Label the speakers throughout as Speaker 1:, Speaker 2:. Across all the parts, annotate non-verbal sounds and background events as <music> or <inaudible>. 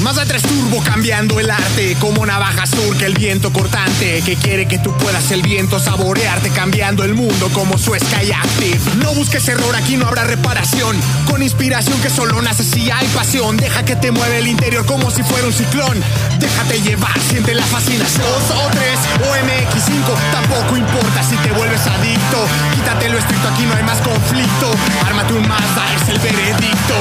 Speaker 1: Mazda 3 Turbo cambiando el arte, como navaja surca el viento cortante, que quiere que tú puedas el viento saborearte, cambiando el mundo como su Sky Active. No busques error, aquí no habrá reparación, con inspiración que solo nace si hay pasión, deja que te mueve el interior como si fuera un ciclón, déjate llevar, siente la fascinación. Dos o tres o MX5, tampoco importa si te vuelves adicto, quítate lo estricto, aquí no hay más conflicto, ármate un Mazda, es el veredicto.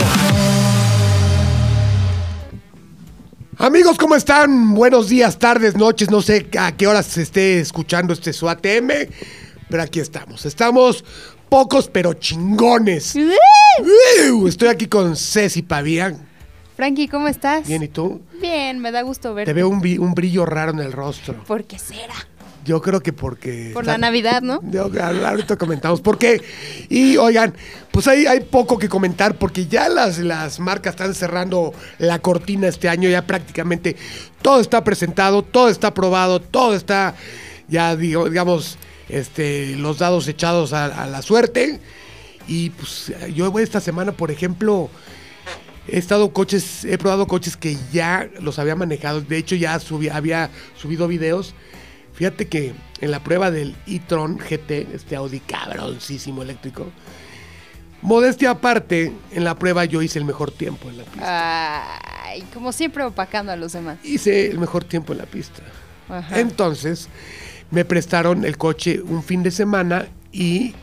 Speaker 2: Amigos, ¿cómo están? Buenos días, tardes, noches. No sé a qué horas se esté escuchando este su ATM, pero aquí estamos. Estamos pocos, pero chingones. ¡Uy! Estoy aquí con Ceci Pavía.
Speaker 3: Frankie, ¿cómo estás?
Speaker 2: Bien, ¿y tú?
Speaker 3: Bien, me da gusto verte.
Speaker 2: Te veo un, vi- un brillo raro en el rostro.
Speaker 3: ¿Por qué será?
Speaker 2: Yo creo que porque...
Speaker 3: Por la Navidad, ¿no?
Speaker 2: Yo- ahorita comentamos por qué. Y oigan, pues hay, hay poco que comentar porque ya las, las marcas están cerrando la cortina este año. Ya prácticamente todo está presentado, todo está aprobado, todo está, ya digo, digamos, este, los dados echados a, a la suerte. Y pues yo voy esta semana, por ejemplo, he estado coches, he probado coches que ya los había manejado. De hecho, ya subí- había subido videos. Fíjate que en la prueba del e-tron GT, este Audi cabroncísimo eléctrico, modestia aparte, en la prueba yo hice el mejor tiempo en la pista.
Speaker 3: Ay, como siempre opacando a los demás.
Speaker 2: Hice el mejor tiempo en la pista.
Speaker 3: Ajá.
Speaker 2: Entonces, me prestaron el coche un fin de semana y,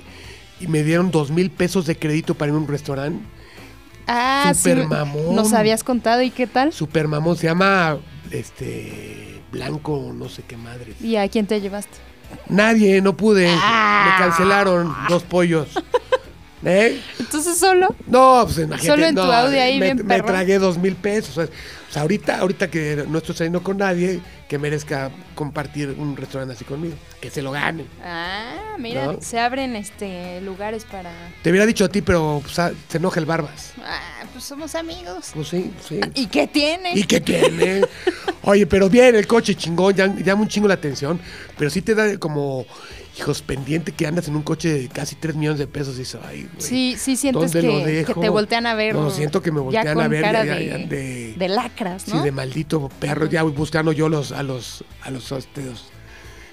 Speaker 2: y me dieron dos mil pesos de crédito para ir a un restaurante.
Speaker 3: Ah,
Speaker 2: Súper
Speaker 3: sí.
Speaker 2: mamón.
Speaker 3: Nos habías contado y qué tal.
Speaker 2: Super mamón, se llama este Blanco, no sé qué madre.
Speaker 3: ¿Y a quién te llevaste?
Speaker 2: Nadie, no pude.
Speaker 3: Ah.
Speaker 2: Me cancelaron dos pollos. ¿Eh?
Speaker 3: Entonces solo.
Speaker 2: No, pues imagínate.
Speaker 3: Solo en
Speaker 2: no,
Speaker 3: tu Audi ahí
Speaker 2: me,
Speaker 3: bien
Speaker 2: me
Speaker 3: perrón.
Speaker 2: tragué dos mil pesos. O sea, o sea, ahorita, ahorita que no estoy saliendo con nadie que merezca compartir un restaurante así conmigo. Que se lo gane.
Speaker 3: Ah, mira,
Speaker 2: No.
Speaker 3: se abren este lugares para.
Speaker 2: Te hubiera dicho a ti, pero pues, ah, se enoja el Barbas.
Speaker 3: Ah, pues somos amigos.
Speaker 2: Pues sí, sí.
Speaker 3: ¿Y qué tiene?
Speaker 2: ¿Y qué tiene? Oye, pero bien, el coche chingón, llam- llama un chingo la atención, pero sí te da como, hijos, pendiente que andas en un coche de casi 3 millones de pesos y eso, ay, güey.
Speaker 3: Sí, sí sientes
Speaker 2: ¿Dónde
Speaker 3: que,
Speaker 2: lo
Speaker 3: que
Speaker 2: dejo?
Speaker 3: te voltean a ver.
Speaker 2: No, siento que me
Speaker 3: ya
Speaker 2: voltean
Speaker 3: con
Speaker 2: a ver
Speaker 3: cara
Speaker 2: ya-
Speaker 3: de,
Speaker 2: ya- de-
Speaker 3: de lacras,
Speaker 2: Sí,
Speaker 3: ¿no?
Speaker 2: de maldito perro, ya voy buscando yo los, a los, a los, este, los-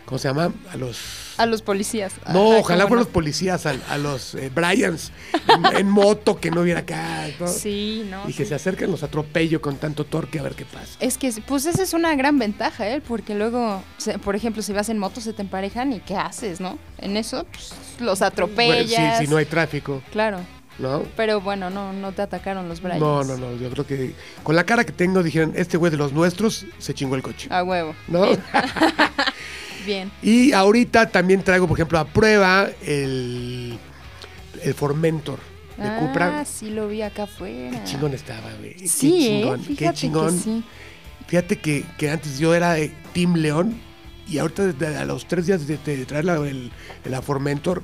Speaker 2: ¿cómo se llama? A los...
Speaker 3: A los policías. Ah, Ajá,
Speaker 2: No,
Speaker 3: qué
Speaker 2: ojalá
Speaker 3: bueno.
Speaker 2: fueran los policías, a, a los eh, Bryans, en, en moto, que no hubiera acá, ¿no?
Speaker 3: Sí, no.
Speaker 2: Y
Speaker 3: sí.
Speaker 2: que se acerquen, los atropello con tanto torque a ver qué pasa.
Speaker 3: Es que, pues esa es una gran ventaja, ¿eh? Porque luego, se- por ejemplo, si vas en moto se te emparejan y ¿qué haces, no? En eso, pues, los
Speaker 2: Bueno,
Speaker 3: atropellas.
Speaker 2: sí, si no hay tráfico,
Speaker 3: Claro,
Speaker 2: ¿no?
Speaker 3: pero bueno, no, no te atacaron los Bryans.
Speaker 2: No, no, no, yo creo que con la cara que tengo dijeron, este güey de los nuestros se chingó el coche.
Speaker 3: A huevo.
Speaker 2: ¿No?
Speaker 3: Ah. Bien.
Speaker 2: y ahorita también traigo, por ejemplo, a prueba el, el Formentor de
Speaker 3: ah,
Speaker 2: Cupra.
Speaker 3: sí lo vi acá afuera.
Speaker 2: Qué chingón estaba, güey. Qué
Speaker 3: Sí, ¿eh?
Speaker 2: chingón,
Speaker 3: Fíjate
Speaker 2: qué chingón.
Speaker 3: que sí.
Speaker 2: Fíjate que, que antes yo era de Team León y ahorita desde a los tres días de, de traer la, el, la Formentor,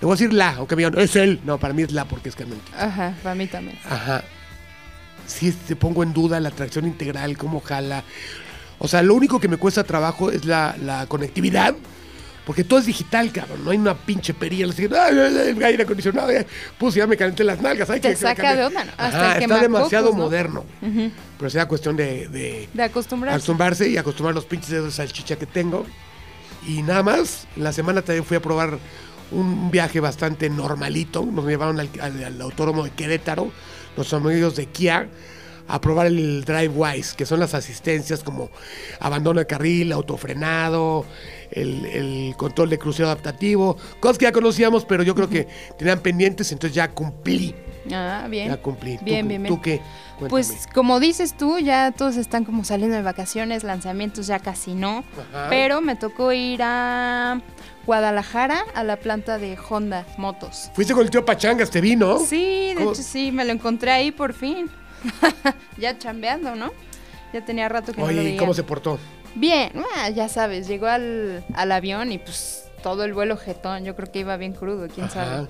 Speaker 2: le voy a decir la, aunque me digan, es él. No, para mí es la porque es que
Speaker 3: Ajá, para mí también.
Speaker 2: Ajá. Sí, te pongo en duda la tracción integral, cómo jala. O sea, lo único que me cuesta trabajo es la, la conectividad. Porque todo es digital, cabrón. No hay una pinche perilla. Así, que, "Ay, ay, ay, aire acondicionado. ya, Pues ya me calenté las nalgas. Hay
Speaker 3: Te
Speaker 2: que
Speaker 3: saca
Speaker 2: cambiar".
Speaker 3: de onda, ¿no? Hasta
Speaker 2: Ajá,
Speaker 3: el
Speaker 2: está
Speaker 3: quemacocos,
Speaker 2: demasiado
Speaker 3: ¿no?
Speaker 2: moderno. Pero será cuestión de, de
Speaker 3: De acostumbrarse.
Speaker 2: acostumbrarse y acostumbrar los pinches dedos de salchicha que tengo. Y nada más, en la semana también fui a probar un viaje bastante normalito. Nos llevaron al, al- al autódromo de Querétaro, los amigos de Kia, a probar el DriveWise, que son las asistencias como abandono de carril, autofrenado, el, el control de crucero adaptativo, cosas que ya conocíamos, pero yo creo que tenían pendientes, entonces ya cumplí.
Speaker 3: Ah, bien.
Speaker 2: Ya cumplí. ¿Tú,
Speaker 3: Bien,
Speaker 2: cu-
Speaker 3: bien, bien.
Speaker 2: ¿Tú qué? Cuéntame.
Speaker 3: Pues como dices tú, ya todos están como saliendo de vacaciones, lanzamientos ya casi no.
Speaker 2: Ajá.
Speaker 3: Pero me tocó ir a Guadalajara a la planta de Honda Motos.
Speaker 2: Fuiste con el tío Pachangas, te vi, ¿no?
Speaker 3: Sí, de
Speaker 2: Oh, ¿Cómo?
Speaker 3: hecho sí, me lo encontré ahí por fin. <laughs> ya chambeando, ¿no? Ya tenía rato que no lo
Speaker 2: Oye, ¿y
Speaker 3: veía.
Speaker 2: ¿cómo se portó?
Speaker 3: Bien, ah, ya sabes, llegó al, al avión y pues todo el vuelo jetón, yo creo que iba bien crudo, quién
Speaker 2: Ajá.
Speaker 3: sabe.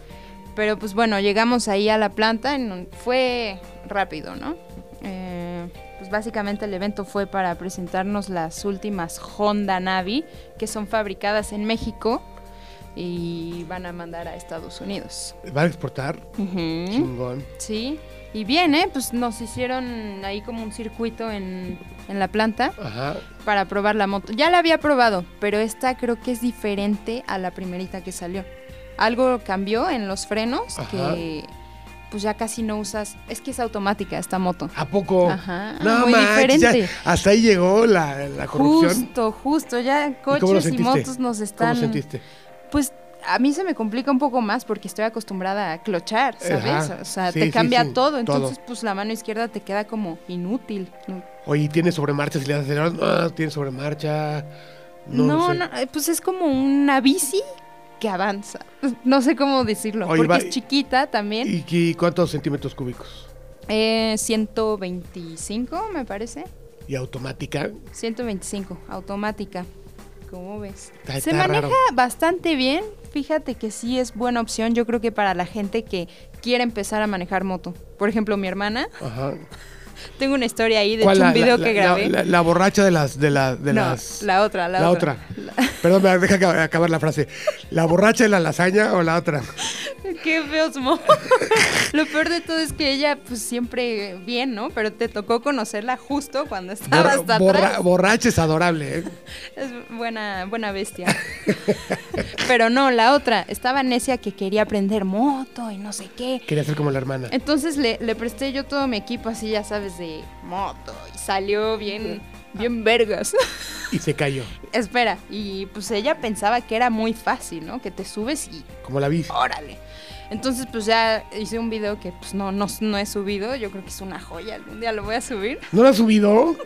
Speaker 3: Pero pues bueno, llegamos ahí a la planta, en un- fue rápido, ¿no? Eh, pues básicamente el evento fue para presentarnos las últimas Honda Navi que son fabricadas en México y van a mandar a Estados Unidos.
Speaker 2: ¿Van a exportar?
Speaker 3: Ujú.
Speaker 2: Chingón.
Speaker 3: Sí. Y bien, ¿eh? Pues nos hicieron ahí como un circuito en, en la planta
Speaker 2: Ajá.
Speaker 3: para probar la moto. Ya la había probado, pero esta creo que es diferente a la primerita que salió. Algo cambió en los frenos
Speaker 2: Ajá.
Speaker 3: que pues ya casi no usas. Es que es automática esta moto.
Speaker 2: ¿A poco?
Speaker 3: Ajá,
Speaker 2: No
Speaker 3: muy
Speaker 2: manches, ya
Speaker 3: diferente.
Speaker 2: hasta ahí llegó la, la corrupción.
Speaker 3: Justo, justo. Ya
Speaker 2: cómo lo
Speaker 3: coches y,
Speaker 2: sentiste?
Speaker 3: motos nos están...
Speaker 2: ¿Cómo sentiste?
Speaker 3: Pues a mí se me complica un poco más porque estoy acostumbrada a clochar, ¿sabes?
Speaker 2: Ajá.
Speaker 3: O sea,
Speaker 2: Sí, sí,
Speaker 3: te cambia
Speaker 2: sí,
Speaker 3: todo,
Speaker 2: todo.
Speaker 3: entonces pues la mano izquierda te queda como inútil. No,
Speaker 2: Oye, ¿tiene sobremarcha? Si le das acelerador, no, tiene sobremarcha. No,
Speaker 3: no,
Speaker 2: no, sé.
Speaker 3: no, eh, pues es como una bici que avanza. <laughs> No sé cómo decirlo,
Speaker 2: Oye,
Speaker 3: porque
Speaker 2: va-
Speaker 3: es chiquita también.
Speaker 2: ¿Y, qué- cuántos centímetros cúbicos?
Speaker 3: Eh, 125 me parece.
Speaker 2: ¿Y automática?
Speaker 3: 125, automática. ¿Cómo ves?
Speaker 2: Está-
Speaker 3: Se
Speaker 2: está
Speaker 3: maneja
Speaker 2: raro.
Speaker 3: bastante bien. Fíjate que sí es buena opción, yo creo que para la gente que quiere empezar a manejar moto. Por ejemplo, mi hermana
Speaker 2: Ajá.
Speaker 3: Tengo una historia ahí, de
Speaker 2: ¿Cuál,
Speaker 3: hecho,
Speaker 2: la-
Speaker 3: un video
Speaker 2: la-
Speaker 3: que
Speaker 2: la-
Speaker 3: grabé.
Speaker 2: La, la borracha de las... De la, de
Speaker 3: no,
Speaker 2: las...
Speaker 3: la otra, la,
Speaker 2: la
Speaker 3: otra.
Speaker 2: otra. Perdón, me deja acab- acabar la frase. ¿La borracha de la lasaña o la
Speaker 3: <laughs>
Speaker 2: otra?
Speaker 3: Qué feos mo. <laughs> Lo peor de todo es que ella, pues siempre bien, ¿no? Pero te tocó conocerla justo cuando estaba
Speaker 2: Borra-
Speaker 3: Ah, hasta
Speaker 2: borra-
Speaker 3: atrás.
Speaker 2: borracha es adorable. ¿eh?
Speaker 3: Es buena, buena bestia. Pero no, la otra. Estaba necia que quería aprender moto y no sé qué.
Speaker 2: Quería ser como la hermana.
Speaker 3: Entonces le, le presté yo todo mi equipo así, ya sabes, de moto. Y salió bien, bien vergas. <laughs>
Speaker 2: Y se cayó.
Speaker 3: Espera, y pues ella pensaba que era muy fácil, ¿no? Que te subes y
Speaker 2: Como la vi.
Speaker 3: órale. Entonces, pues ya hice un video que pues no, no, no he subido. Yo creo que es una joya. Algún día lo voy a subir.
Speaker 2: ¿No la has subido?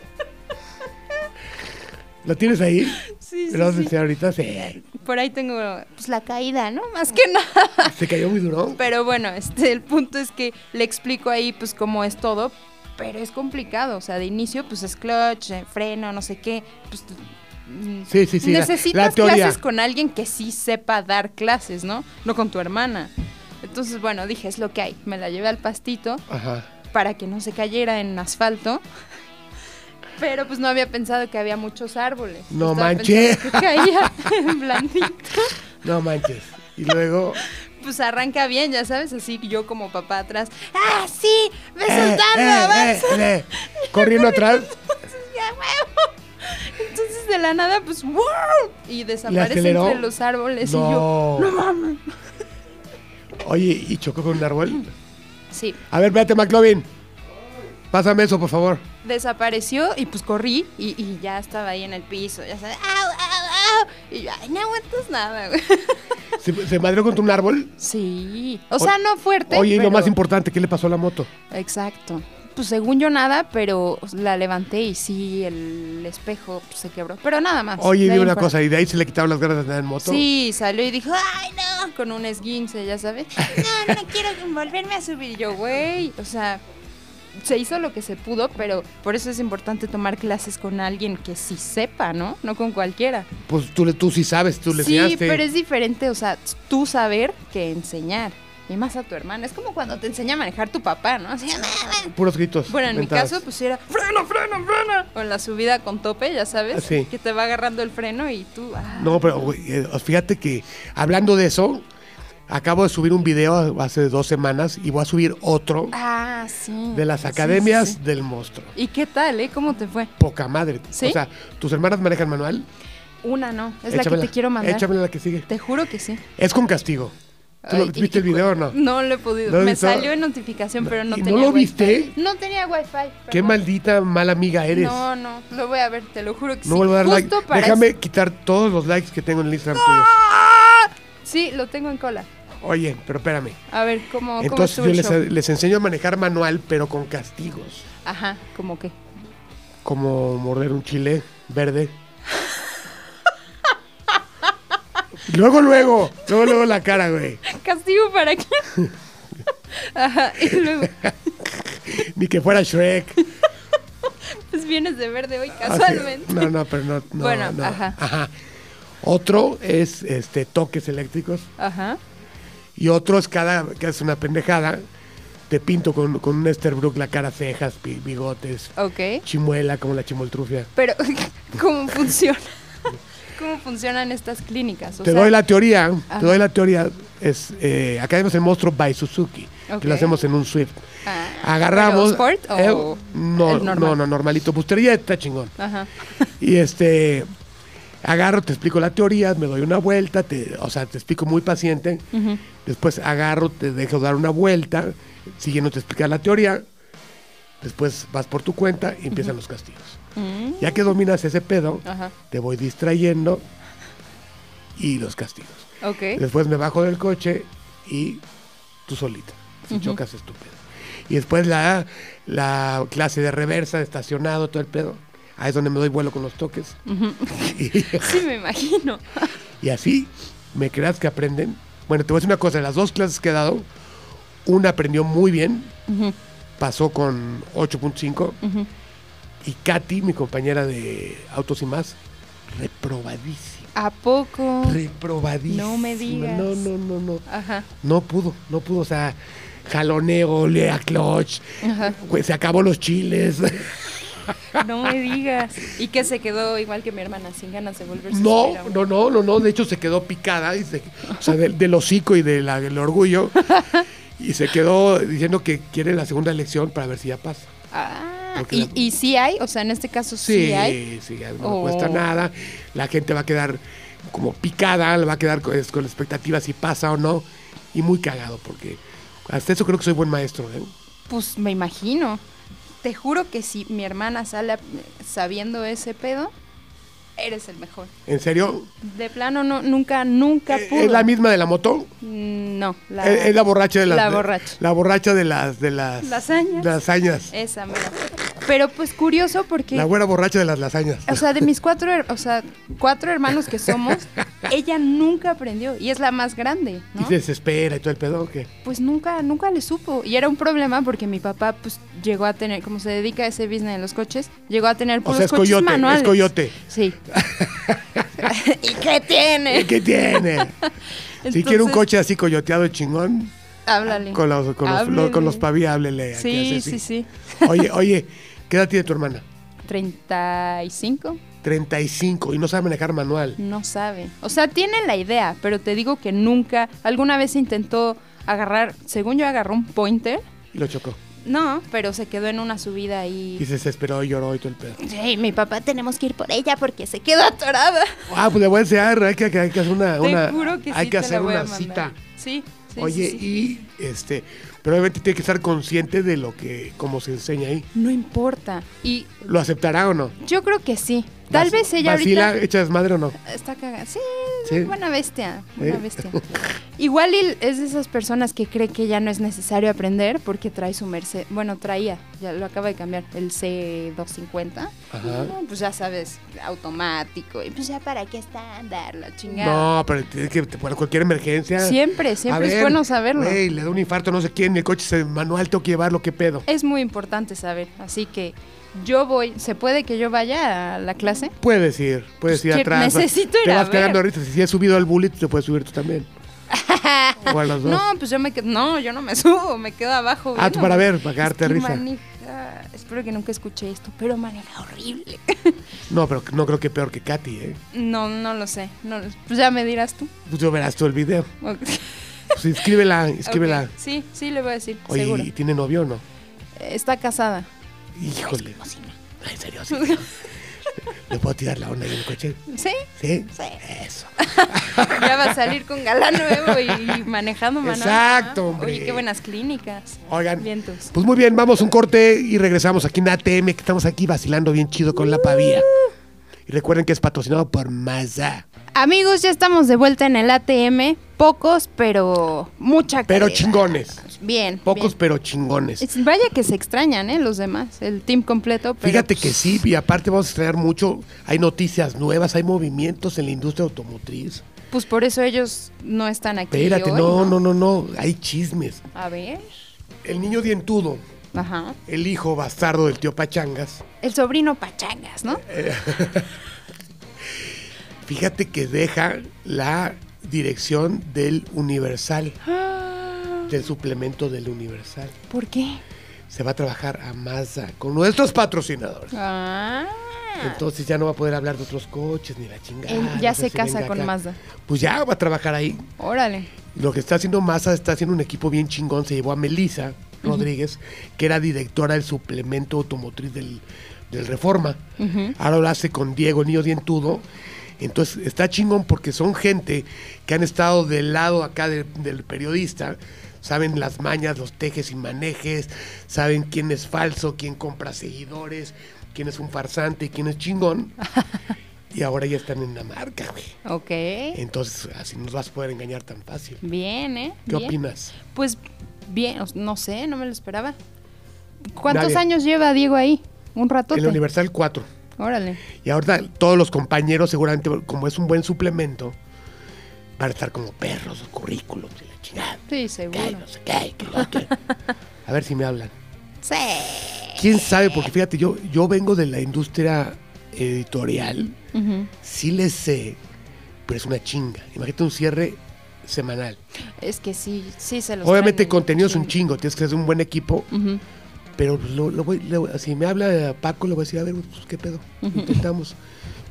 Speaker 2: ¿La tienes ahí?
Speaker 3: Sí,
Speaker 2: ¿Me
Speaker 3: sí,
Speaker 2: la vas a
Speaker 3: sí.
Speaker 2: enseñar ahorita?
Speaker 3: <laughs>
Speaker 2: Sí.
Speaker 3: Por ahí tengo pues la caída, ¿no? <laughs> Más que nada.
Speaker 2: Se cayó muy duro.
Speaker 3: Pero bueno, este, el punto es que le explico ahí pues cómo es todo. Pero es complicado. O sea, de inicio, pues es clutch, eh, freno, no sé qué. Pues, mm,
Speaker 2: Sí, sí, sí, la-
Speaker 3: Necesitas
Speaker 2: la teoría.
Speaker 3: clases con alguien que sí sepa dar clases, ¿no? No con tu hermana. Entonces, bueno, dije, es lo que hay. Me la llevé al pastito.
Speaker 2: Ajá.
Speaker 3: para que no se cayera en asfalto. Pero pues no había pensado que había muchos árboles.
Speaker 2: No
Speaker 3: Estaba
Speaker 2: manches.
Speaker 3: pensando Que caía <laughs> en blandito.
Speaker 2: No manches. Y
Speaker 3: <laughs>
Speaker 2: luego...
Speaker 3: Pues arranca bien, ya sabes, así yo como papá atrás. ¡Ah, sí! ¡Ve
Speaker 2: eh,
Speaker 3: soltando!
Speaker 2: eh,
Speaker 3: ¡Avanza!
Speaker 2: eh, eh,
Speaker 3: <laughs>
Speaker 2: Corriendo atrás.
Speaker 3: Entonces, ya, huevo. Entonces de la nada, pues ¡wow! Y desaparece
Speaker 2: aceleró?
Speaker 3: entre los árboles. Y yo,
Speaker 2: No. Oye, ¿y chocó con un árbol?
Speaker 3: sí,
Speaker 2: A ver, espérate, McLovin. Pásame eso, por favor.
Speaker 3: desapareció y pues corrí y, y ya estaba ahí en el piso. Ya sabes, ¡au, au, au! Y yo, ¡ay, no aguantas nada, güey! <laughs>
Speaker 2: ¿Se, se madreó contra un árbol?
Speaker 3: Sí. O sea, no fuerte.
Speaker 2: Oye, y lo
Speaker 3: pero-
Speaker 2: más importante, ¿qué le pasó a la moto?
Speaker 3: Exacto. Pues según yo nada, pero la levanté y sí, el espejo pues, se quebró. Pero nada más.
Speaker 2: Oye,
Speaker 3: de
Speaker 2: dime
Speaker 3: ahí
Speaker 2: una
Speaker 3: en fuera.
Speaker 2: cosa, ¿y de ahí se le quitaron las ganas de andar en moto?
Speaker 3: Sí, salió y dijo, ay, no, con un esguince, ya sabes. No, no quiero volverme a subir Y yo, güey. O sea, se hizo lo que se pudo, pero por eso es importante tomar clases con alguien que sí sepa, ¿no? No con cualquiera.
Speaker 2: Pues tú, le- tú sí sabes, tú le
Speaker 3: sí,
Speaker 2: enseñaste.
Speaker 3: pero es diferente, o sea, tú saber que enseñar. Y más a tu hermana. Es como cuando te enseña a manejar tu papá, ¿no? Así, "Ah,
Speaker 2: Puros gritos.
Speaker 3: Bueno, en
Speaker 2: mentadas.
Speaker 3: mi caso, pues era freno, freno, freno. O en la subida con tope, ya sabes,
Speaker 2: Ah, Sí.
Speaker 3: que te va agarrando el freno y tú. ah.
Speaker 2: No, pero güey, eh, fíjate que hablando de eso, acabo de subir un video hace dos semanas y voy a subir otro
Speaker 3: Ah, sí.
Speaker 2: de las
Speaker 3: Sí, sí,
Speaker 2: academias
Speaker 3: sí.
Speaker 2: del monstruo.
Speaker 3: ¿Y qué tal, eh? ¿Cómo te fue?
Speaker 2: Poca madre.
Speaker 3: ¿Sí?
Speaker 2: O sea, ¿tus hermanas manejan manual?
Speaker 3: Una no, es la
Speaker 2: Échamela.
Speaker 3: que te quiero mandar.
Speaker 2: Échamela la que sigue.
Speaker 3: Te juro que sí.
Speaker 2: Es con castigo. ¿Tú
Speaker 3: Ay,
Speaker 2: lo-
Speaker 3: y-
Speaker 2: viste el video o no?
Speaker 3: No lo he podido.
Speaker 2: ¿No has
Speaker 3: Me
Speaker 2: visto?
Speaker 3: salió en notificación, pero no
Speaker 2: ¿Y no
Speaker 3: tenía.
Speaker 2: lo
Speaker 3: wifi.
Speaker 2: viste?
Speaker 3: No tenía wifi.
Speaker 2: Qué
Speaker 3: perdón.
Speaker 2: maldita mala amiga eres.
Speaker 3: No, no, lo voy a ver, te lo juro que sí.
Speaker 2: No vuelvo a dar like.
Speaker 3: Justo para
Speaker 2: Déjame
Speaker 3: eso-
Speaker 2: quitar todos los likes que tengo en el Instagram tuyo.
Speaker 3: ¡Ah! Sí, lo tengo en cola.
Speaker 2: Oye, pero espérame.
Speaker 3: A ver, ¿cómo, cómo
Speaker 2: Entonces
Speaker 3: estuvo
Speaker 2: yo
Speaker 3: el
Speaker 2: les,
Speaker 3: show?
Speaker 2: les enseño a manejar manual, pero con castigos.
Speaker 3: Ajá, ¿cómo qué?
Speaker 2: Como morder un chile verde. luego, luego. Luego, luego la cara, güey.
Speaker 3: <laughs> ¿Castigo para qué? <laughs> Ajá, y luego,
Speaker 2: Ni que fuera Shrek.
Speaker 3: pues vienes de verde hoy
Speaker 2: Así-
Speaker 3: casualmente.
Speaker 2: Ah, No, no, pero no. no,
Speaker 3: Bueno,
Speaker 2: no.
Speaker 3: ajá.
Speaker 2: Otro es este toques eléctricos.
Speaker 3: Ajá.
Speaker 2: Y otro es cada, que es una pendejada, te pinto con, con un Esterbrook la cara, cejas, pi- bigotes,
Speaker 3: Ok.
Speaker 2: chimuela, como la chimoltrufia.
Speaker 3: Pero, <laughs> ¿cómo funciona? ¿Cómo funcionan estas clínicas? O
Speaker 2: Te
Speaker 3: sea,
Speaker 2: doy la teoría,
Speaker 3: Ajá.
Speaker 2: te doy la teoría. Es, eh, acá vemos el monstruo by Suzuki,
Speaker 3: Ok.
Speaker 2: que lo hacemos en un Swift.
Speaker 3: ah,
Speaker 2: Agarramos.
Speaker 3: ¿pero ¿Sport
Speaker 2: eh,
Speaker 3: o
Speaker 2: no,
Speaker 3: el normal?
Speaker 2: no, no, normalito. Bustería está chingón.
Speaker 3: Ajá.
Speaker 2: Y este. Agarro, te explico la teoría, me doy una vuelta, te, o sea, te explico muy paciente. Después agarro, te dejo dar una vuelta, siguiendo te explicar la teoría. Después vas por tu cuenta y empiezan los castigos.
Speaker 3: Mm,
Speaker 2: Ya que dominas ese pedo,
Speaker 3: Ajá.
Speaker 2: te voy distrayendo y los castigos.
Speaker 3: Ok.
Speaker 2: Después me bajo del coche y tú solita. Si chocas, estúpido. Y después la, la clase de reversa, estacionado, todo el pedo. Ahí es donde me doy vuelo con los toques. <laughs> y,
Speaker 3: Sí, me imagino.
Speaker 2: y así me creas que aprenden. Bueno, te voy a decir una cosa. de las dos clases que he dado, una aprendió muy bien. Pasó con 8.5. Y Katy, mi compañera de Autos y Más, reprobadísima.
Speaker 3: ¿A poco?
Speaker 2: Reprobadísima.
Speaker 3: No me digas.
Speaker 2: No, no, no, no.
Speaker 3: Ajá.
Speaker 2: No pudo, no pudo, o sea, jaloneo, lea clutch,
Speaker 3: Ajá.
Speaker 2: pues, se acabó los chiles. <laughs>
Speaker 3: No me digas. Y que se quedó igual que mi hermana, sin ganas de volverse
Speaker 2: No,
Speaker 3: supera.
Speaker 2: no, no, no, no, de hecho se quedó picada, y se- o sea, del, del hocico y de la- del orgullo, y se quedó diciendo que quiere la segunda elección para ver si ya pasa.
Speaker 3: Ah,
Speaker 2: Porque
Speaker 3: ¿y,
Speaker 2: la-
Speaker 3: y sí hay, o sea, en este caso sí,
Speaker 2: Sí,
Speaker 3: hay.
Speaker 2: sí, ya no
Speaker 3: Oh.
Speaker 2: cuesta nada, la gente va a quedar como picada, va a quedar con, es- con la expectativa si pasa o no, y muy cagado, porque hasta eso creo que soy buen maestro, ¿eh?
Speaker 3: Pues me imagino. Te juro que si mi hermana sale a- sabiendo ese pedo, eres el mejor.
Speaker 2: ¿En serio?
Speaker 3: De plano, no, nunca, nunca pudo.
Speaker 2: Eh, ¿Es la misma de la moto?
Speaker 3: Mm, No, la,
Speaker 2: es, es la borracha de las.
Speaker 3: La
Speaker 2: de-
Speaker 3: borracha.
Speaker 2: la borracha de las. De las
Speaker 3: Lasañas. Eh,
Speaker 2: de las hazañas.
Speaker 3: Esa, mira. Pero pues curioso porque...
Speaker 2: La güera borracha de las lasañas.
Speaker 3: O sea, de mis cuatro, her- o sea, cuatro hermanos
Speaker 2: <laughs>
Speaker 3: que somos, ella nunca aprendió y es la más grande,
Speaker 2: Y
Speaker 3: ¿no?
Speaker 2: se desespera y todo el pedo. ¿o qué?
Speaker 3: Pues nunca, nunca le supo y era un problema porque mi papá, pues, llegó a tener, como se dedica a ese business de los coches, llegó a tener
Speaker 2: O
Speaker 3: puros
Speaker 2: sea, es
Speaker 3: coches
Speaker 2: coyote.
Speaker 3: manuales.
Speaker 2: Es coyote. <laughs>
Speaker 3: Sí. ¿Y qué tiene?
Speaker 2: ¿Qué tiene?
Speaker 3: <laughs>
Speaker 2: si
Speaker 3: Eh. Entonces,
Speaker 2: quiere un coche así coyoteado y chingón,
Speaker 3: Háblale.
Speaker 2: con los, con los,
Speaker 3: Háblele.
Speaker 2: con los paví, háblele. aquí,
Speaker 3: Sí,
Speaker 2: así,
Speaker 3: sí, sí.
Speaker 2: Oye, oye, ¿qué edad tiene tu hermana?
Speaker 3: 35,
Speaker 2: 35 y no sabe manejar manual.
Speaker 3: no sabe. O sea, tiene la idea, pero te digo que nunca, alguna vez intentó agarrar, según yo agarró un pointer,
Speaker 2: Y lo chocó.
Speaker 3: No, pero se quedó en una subida
Speaker 2: Y
Speaker 3: ahí.
Speaker 2: se desesperó y lloró y todo el pedo.
Speaker 3: Hey, mi papá, tenemos que ir por ella porque se quedó atorada.
Speaker 2: Ah, pues le voy a enseñar. Hay que, hay que hacer una. una-
Speaker 3: te juro que sí
Speaker 2: Hay que
Speaker 3: te
Speaker 2: hacer
Speaker 3: la voy
Speaker 2: una
Speaker 3: a mandar.
Speaker 2: cita.
Speaker 3: Sí, sí,
Speaker 2: Oye,
Speaker 3: sí, sí.
Speaker 2: y este, pero obviamente tiene que estar consciente de lo que, cómo se enseña ahí.
Speaker 3: No importa. Y
Speaker 2: ¿Lo aceptará o no?
Speaker 3: yo creo que sí. Tal
Speaker 2: Vac-
Speaker 3: vez ella
Speaker 2: ¿Vacila,
Speaker 3: ahorita
Speaker 2: echa desmadre o no?
Speaker 3: está cagada. Sí,
Speaker 2: Sí.
Speaker 3: buena bestia, buena
Speaker 2: ¿Eh? <laughs>
Speaker 3: bestia. Igual y es de esas personas que cree que ya no es necesario aprender porque trae su Mercedes. Bueno, traía, ya lo acaba de cambiar, el C250.
Speaker 2: Ajá.
Speaker 3: No, pues ya sabes, automático. Y pues ya para qué estándar, la chingada.
Speaker 2: No, pero tiene que, para cualquier emergencia.
Speaker 3: Siempre,
Speaker 2: A
Speaker 3: siempre es
Speaker 2: ver,
Speaker 3: bueno saberlo.
Speaker 2: güey, le da un infarto, no sé quién, el coche se manual, tengo que llevarlo, qué pedo.
Speaker 3: Es muy importante saber. Así que yo voy, se puede que yo vaya a la clase.
Speaker 2: Puedes ir, puedes ir
Speaker 3: Quiero-
Speaker 2: atrás.
Speaker 3: Pues necesito ir
Speaker 2: Te
Speaker 3: a
Speaker 2: vas
Speaker 3: ver.
Speaker 2: cagando ahorita, si has subido al bullet, te puedes subir tú también. o a los dos.
Speaker 3: No, pues yo me quedo, no, yo no me subo, me quedo abajo.
Speaker 2: Ah, tú para
Speaker 3: viéndome.
Speaker 2: ver, para cagarte
Speaker 3: Es que
Speaker 2: risa.
Speaker 3: maneja- espero que nunca escuché esto, pero maneja horrible. <laughs>
Speaker 2: No, pero no creo que peor que Katy, ¿eh?
Speaker 3: No, no lo sé. No, lo- pues ya me dirás tú.
Speaker 2: Pues yo verás tú el video.
Speaker 3: Ok.
Speaker 2: Pues inscríbela, inscríbela.
Speaker 3: Ok, Sí, sí, le voy a decir,
Speaker 2: Oye,
Speaker 3: seguro.
Speaker 2: ¿y tiene novio o no?
Speaker 3: Está casada. <laughs>
Speaker 2: Híjole. Ay, En serio, sí. ¿Le puedo tirar la onda en el coche?
Speaker 3: ¿Sí?
Speaker 2: ¿Sí?
Speaker 3: Sí.
Speaker 2: Eso.
Speaker 3: <laughs> Ya va a salir con galán nuevo y, y manejando manual.
Speaker 2: Exacto,
Speaker 3: Ah,
Speaker 2: hombre.
Speaker 3: Oye, qué buenas clínicas.
Speaker 2: Oigan.
Speaker 3: Vientos.
Speaker 2: Pues muy bien, vamos un corte y regresamos aquí en ATM, que estamos aquí vacilando bien chido con la
Speaker 3: Uh.
Speaker 2: pavía. Y recuerden que es patrocinado por Mazda.
Speaker 3: Amigos, ya estamos de vuelta en el ATM. Pocos, pero mucha
Speaker 2: Pero
Speaker 3: calidad.
Speaker 2: chingones.
Speaker 3: Bien.
Speaker 2: Pocos,
Speaker 3: bien.
Speaker 2: pero chingones.
Speaker 3: Es- Vaya que se extrañan, ¿eh? Los demás. El team completo. pero- pues,
Speaker 2: Fíjate que sí, y aparte vamos a extrañar mucho. Hay noticias nuevas, hay movimientos en la industria automotriz.
Speaker 3: Pues por eso ellos no están aquí.
Speaker 2: Espérate,
Speaker 3: hoy,
Speaker 2: no, no, no, no. Hay chismes.
Speaker 3: A ver.
Speaker 2: El niño dientudo,
Speaker 3: Ajá.
Speaker 2: el hijo bastardo del tío Pachangas,
Speaker 3: El sobrino Pachangas, ¿no? <gasps>
Speaker 2: fíjate que deja la dirección del Universal.
Speaker 3: Ah,
Speaker 2: del suplemento del Universal.
Speaker 3: ¿Por qué?
Speaker 2: Se va a trabajar a masa con nuestros patrocinadores.
Speaker 3: Ah.
Speaker 2: Entonces ya no va a poder hablar de otros coches ni la chingada.
Speaker 3: Él ya se
Speaker 2: entonces
Speaker 3: casa
Speaker 2: venga
Speaker 3: con
Speaker 2: acá.
Speaker 3: Mazda.
Speaker 2: Pues ya va a trabajar ahí.
Speaker 3: Órale.
Speaker 2: Lo que está haciendo Massa está haciendo un equipo bien chingón. Se llevó a Melissa Rodríguez, que era directora del suplemento automotriz del, del Reforma. Ahora lo hace con Diego Niño Dientudo. Entonces está chingón porque son gente que han estado del lado acá de- del periodista. Saben las mañas, los tejes y manejes. Saben quién es falso, quién compra seguidores, quién es un farsante y quién es chingón. y ahora ya están en la marca, güey.
Speaker 3: Ok.
Speaker 2: Entonces así nos vas a poder engañar tan fácil.
Speaker 3: Bien, ¿eh?
Speaker 2: ¿Qué
Speaker 3: Bien.
Speaker 2: opinas?
Speaker 3: Pues bien, os- no sé, no me lo esperaba. ¿Cuántos
Speaker 2: Nadie.
Speaker 3: años lleva Diego ahí? Un ratote.
Speaker 2: El Universal 4.
Speaker 3: Órale.
Speaker 2: Y ahorita todos los compañeros seguramente, como es un buen suplemento, van a estar como perros, currículums y la chingada.
Speaker 3: Sí,
Speaker 2: que
Speaker 3: seguro.
Speaker 2: no sé qué, que lo otro. A ver si me hablan.
Speaker 3: Sí.
Speaker 2: ¿Quién sabe? Porque fíjate, yo, yo vengo de la industria editorial,
Speaker 3: Ujú.
Speaker 2: sí le sé, pero es una chinga. Imagínate un cierre semanal.
Speaker 3: Es que sí, sí se los
Speaker 2: Obviamente
Speaker 3: traen en
Speaker 2: contenido es un
Speaker 3: chinga.
Speaker 2: chingo, tienes que hacer un buen equipo,
Speaker 3: Ujú.
Speaker 2: Pero pues, lo, lo voy- le- si me habla Paco, le voy a decir, a ver, pues, ¿qué pedo? Intentamos.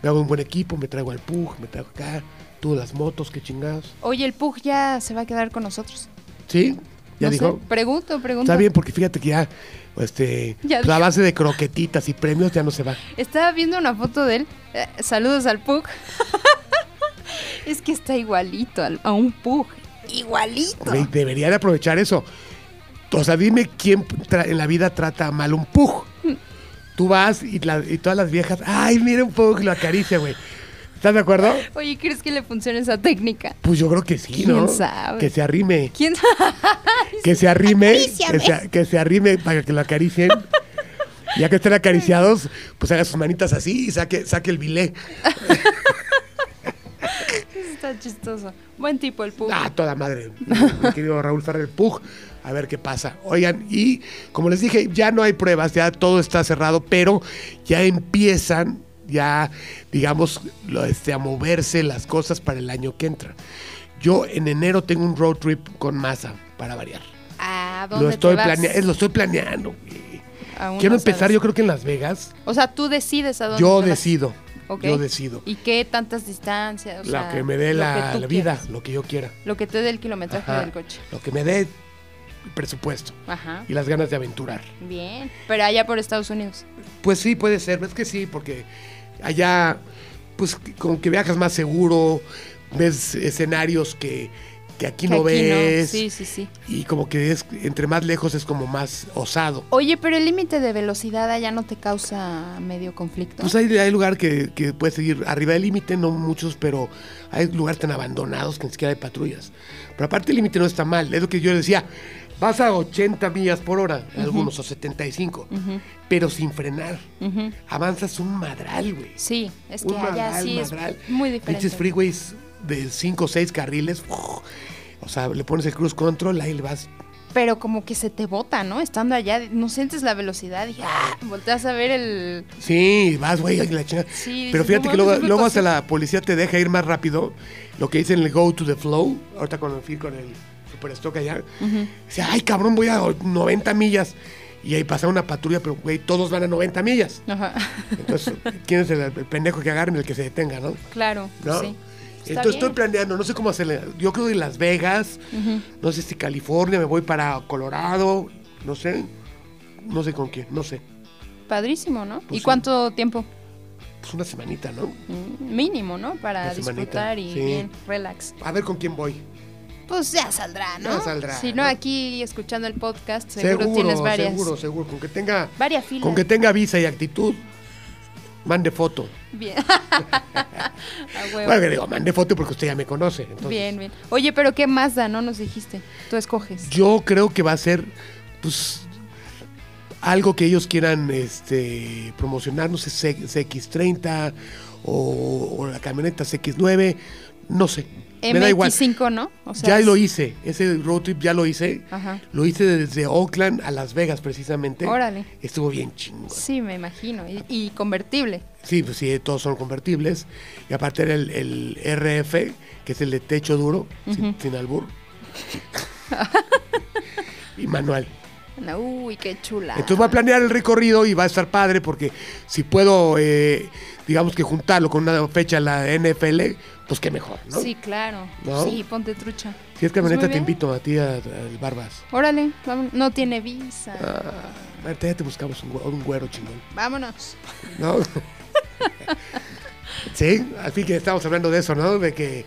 Speaker 2: Me hago un buen equipo, me traigo al Pug, me traigo acá, tú las motos, qué chingados.
Speaker 3: Oye, el Pug ya se va a quedar con nosotros.
Speaker 2: ¿Sí? Ya
Speaker 3: No sé,
Speaker 2: dijo.
Speaker 3: Pregunto, pregunto.
Speaker 2: Está bien, porque fíjate que ya, este,
Speaker 3: Ya
Speaker 2: pues, la
Speaker 3: dijo.
Speaker 2: base de croquetitas y premios ya no se va.
Speaker 3: Estaba viendo una foto de él. Eh, saludos al Pug. <laughs> es que está igualito al- a un Pug. Igualito.
Speaker 2: Güey, debería de aprovechar eso. O sea, dime quién tra- en la vida trata mal un Pug.
Speaker 3: Mm.
Speaker 2: Tú vas y, la- y todas las viejas, ay, mira un Pug, lo acaricia, güey. ¿Estás de acuerdo?
Speaker 3: Oye, ¿crees que le funcione esa técnica?
Speaker 2: Pues yo creo que sí,
Speaker 3: ¿Quién
Speaker 2: ¿no?
Speaker 3: sabe?
Speaker 2: Que se arrime.
Speaker 3: ¿Quién <laughs> sabe?
Speaker 2: Que se arrime, que
Speaker 3: Acaríciame.
Speaker 2: se, que se arrime para que lo acaricien. Ya que estén acariciados, pues haga sus manitas así y saque, saque el bilé.
Speaker 3: Está chistoso. Buen tipo el Pug.
Speaker 2: Ah, toda madre. Mi querido Raúl Ferrer Pug. A ver qué pasa. Oigan, y como les dije, ya no hay pruebas, ya todo está cerrado, pero ya empiezan, ya, digamos, lo, este, a moverse las cosas para el año que entra. Yo en enero tengo un road trip con masa para variar.
Speaker 3: ¿A dónde
Speaker 2: Lo estoy,
Speaker 3: te vas?
Speaker 2: planea- eh, lo estoy planeando. güey.
Speaker 3: Aún
Speaker 2: Quiero
Speaker 3: no
Speaker 2: empezar,
Speaker 3: sabes.
Speaker 2: yo creo que en Las Vegas.
Speaker 3: O sea, tú decides a dónde
Speaker 2: Yo
Speaker 3: te vas.
Speaker 2: decido.
Speaker 3: Ok.
Speaker 2: Yo decido.
Speaker 3: ¿Y qué tantas distancias? O
Speaker 2: la
Speaker 3: sea,
Speaker 2: que me dé
Speaker 3: lo
Speaker 2: la,
Speaker 3: que tú
Speaker 2: la vida,
Speaker 3: quieras.
Speaker 2: lo que yo quiera.
Speaker 3: Lo que te dé el kilometraje
Speaker 2: Ajá.
Speaker 3: del coche.
Speaker 2: Lo que me dé el presupuesto
Speaker 3: Ajá.
Speaker 2: y las ganas de aventurar.
Speaker 3: Bien. Pero allá por Estados Unidos.
Speaker 2: Pues sí, puede ser, es que sí, porque allá, pues como que viajas más seguro, ves escenarios que, que aquí
Speaker 3: Que
Speaker 2: no
Speaker 3: aquí
Speaker 2: ves.
Speaker 3: Sí, sí, sí.
Speaker 2: Y como que es, entre más lejos es como más osado.
Speaker 3: Oye, pero el límite de velocidad allá no te causa medio conflicto.
Speaker 2: Pues hay, hay lugar que, que puedes seguir arriba del límite, no muchos, pero hay lugares tan abandonados que ni siquiera hay patrullas. Pero aparte el límite no está mal, es lo que yo decía, vas a 80 millas por hora, en algunos, o 75, pero sin frenar.
Speaker 3: Ujú.
Speaker 2: Avanzas un madral, güey.
Speaker 3: Sí, es que
Speaker 2: un
Speaker 3: allá
Speaker 2: madral,
Speaker 3: sí
Speaker 2: madral.
Speaker 3: es muy diferente.
Speaker 2: Pinches freeways de 5 o 6 carriles, ¡fuj! o sea, le pones el cruise control, ahí le vas.
Speaker 3: Pero como que se te bota, ¿no? Estando allá, no sientes la velocidad y ¡ah! volteas a ver el...
Speaker 2: Sí, vas, güey, y la chingada.
Speaker 3: Sí,
Speaker 2: Pero
Speaker 3: dices,
Speaker 2: fíjate
Speaker 3: no
Speaker 2: que
Speaker 3: mames,
Speaker 2: luego,
Speaker 3: es una
Speaker 2: luego
Speaker 3: cosa-
Speaker 2: hasta la policía te deja ir más rápido. Lo que dicen el go to the flow, ahorita con el fil con el superstock allá. Dice, ay cabrón, voy a 90 millas. Y ahí pasa una patrulla, pero güey, todos van a 90 millas.
Speaker 3: Ajá. <laughs>
Speaker 2: Entonces, ¿quién es el, el pendejo que agarren el que se detenga, no?
Speaker 3: claro,
Speaker 2: ¿No?
Speaker 3: sí. Está
Speaker 2: Entonces estoy
Speaker 3: bien.
Speaker 2: planeando, no sé cómo hacerle. Yo creo que Las Vegas, no sé si California, me voy para Colorado, no sé. No sé con quién, no sé.
Speaker 3: Padrísimo, ¿no?
Speaker 2: Pues
Speaker 3: ¿Y
Speaker 2: sí.
Speaker 3: cuánto tiempo?
Speaker 2: Pues una semanita, ¿no?
Speaker 3: Mm, Mínimo, ¿no? Para
Speaker 2: Una semanita,
Speaker 3: disfrutar y
Speaker 2: sí.
Speaker 3: bien, relax.
Speaker 2: A ver con quién voy.
Speaker 3: Pues ya saldrá, ¿no?
Speaker 2: Ya saldrá,
Speaker 3: Si no,
Speaker 2: ¿no?
Speaker 3: aquí escuchando el podcast, seguro, tienes varias.
Speaker 2: Seguro, seguro. Con que tenga,
Speaker 3: Varias filas.
Speaker 2: con que tenga visa y actitud, mande foto. <laughs>
Speaker 3: Bien. A huevo.
Speaker 2: Bueno, que digo, mande foto porque usted ya me conoce. entonces.
Speaker 3: bien, bien. Oye, pero ¿qué más da? No nos dijiste. Tú escoges.
Speaker 2: Yo creo que va a ser, pues, algo que ellos quieran este, promocionar, no sé, C- CX30 o, o la camioneta CX9, no sé. Me da igual.
Speaker 3: MX5, ¿no? O
Speaker 2: ya
Speaker 3: es-
Speaker 2: lo hice, ese road trip ya lo hice.
Speaker 3: Ajá.
Speaker 2: Lo hice desde Oakland a Las Vegas, precisamente.
Speaker 3: Órale.
Speaker 2: Estuvo bien chingón.
Speaker 3: Sí, me imagino. Y, y convertible.
Speaker 2: Sí, pues sí, todos son convertibles. Y aparte era el, el
Speaker 3: <laughs>
Speaker 2: RF, que es el de techo duro, sin, sin albur. y manual.
Speaker 3: No, Uy, qué chula.
Speaker 2: Entonces voy a planear el recorrido y va a estar padre porque si puedo, eh, digamos que juntarlo con una fecha la NFL, pues qué mejor, ¿no?
Speaker 3: Sí, claro.
Speaker 2: ¿No?
Speaker 3: Sí, ponte trucha.
Speaker 2: Si es
Speaker 3: Pues
Speaker 2: camioneta,
Speaker 3: muy
Speaker 2: te
Speaker 3: bien.
Speaker 2: invito a ti, a- al Barbas.
Speaker 3: Órale, vámonos. no tiene visa.
Speaker 2: Ah. Ahorita ya te buscamos un, güe- un güero chingón, <laughs>
Speaker 3: Vámonos.
Speaker 2: ¿no? sí, así que estamos hablando de eso, ¿no? De que,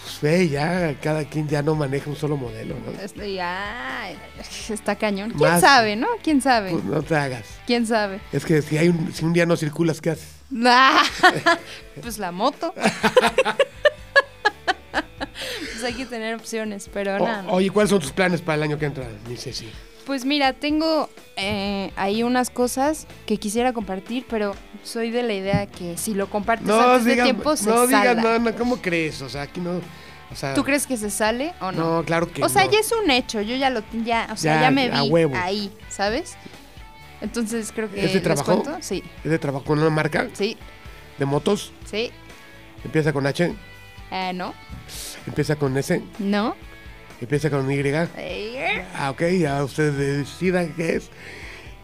Speaker 2: pues, ve, ya cada quien ya no maneja un solo modelo, ¿no?
Speaker 3: Este, ay, está cañón. ¿Quién
Speaker 2: Más-
Speaker 3: sabe, no? ¿Quién sabe?
Speaker 2: Pues no te hagas.
Speaker 3: ¿Quién sabe?
Speaker 2: Es que si, hay un, si un día no circulas, ¿qué haces?
Speaker 3: <laughs> pues la moto. pues hay que tener opciones, pero
Speaker 2: O-
Speaker 3: nada. no.
Speaker 2: oye, ¿cuáles son tus planes para el año que entra, mi Ceci?
Speaker 3: Pues mira, tengo eh, ahí unas cosas que quisiera compartir, pero soy de la idea que si lo compartes antes de tiempo se
Speaker 2: no digas,
Speaker 3: sala.
Speaker 2: no, no, ¿cómo crees? O sea, aquí no. O sea,
Speaker 3: ¿Tú crees que se sale o no?
Speaker 2: No, claro que
Speaker 3: o sea,
Speaker 2: no.
Speaker 3: ya es un hecho, yo ya lo ya, o sea,
Speaker 2: Ya,
Speaker 3: ya, me
Speaker 2: a
Speaker 3: vi
Speaker 2: huevo. ¿Este
Speaker 3: ahí, ¿sabes? Entonces creo que
Speaker 2: ¿Es de
Speaker 3: eh, les
Speaker 2: trabajo?
Speaker 3: cuento. Sí,
Speaker 2: Es de trabajo con una marca
Speaker 3: sí,
Speaker 2: de motos.
Speaker 3: sí.
Speaker 2: Empieza con H,
Speaker 3: Eh, no,
Speaker 2: empieza con S,
Speaker 3: no.
Speaker 2: empieza con Y.
Speaker 3: Eh,
Speaker 2: Ah, ok, ya ustedes decidan qué es.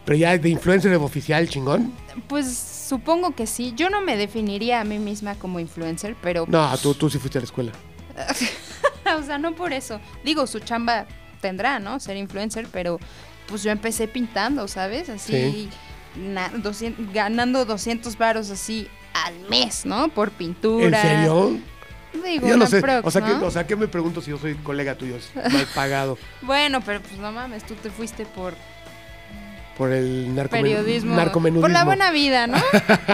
Speaker 2: Pero ya es de influencer oficial, chingón.
Speaker 3: Pues supongo que sí. Yo no me definiría a mí misma como influencer, pero
Speaker 2: No, tú, tú sí fuiste a la escuela.
Speaker 3: <laughs> o sea, no por eso. Digo, su chamba tendrá, ¿no? Ser influencer, pero pues yo empecé pintando, ¿sabes? Así, na- 200 ganando 200 varos así al mes, ¿no? Por
Speaker 2: ¿En
Speaker 3: pintura.
Speaker 2: serio?
Speaker 3: Digo,
Speaker 2: Yo no
Speaker 3: una
Speaker 2: sé.
Speaker 3: prox,
Speaker 2: O sea, que,
Speaker 3: ¿no?
Speaker 2: o sea, ¿qué me pregunto si yo soy colega tuyo? Es Mal pagado
Speaker 3: Bueno, pero pues no mames, tú te fuiste por
Speaker 2: por el narcomen-
Speaker 3: periodismo.
Speaker 2: narcomenudismo.
Speaker 3: Por la buena
Speaker 2: <laughs>
Speaker 3: vida, ¿no?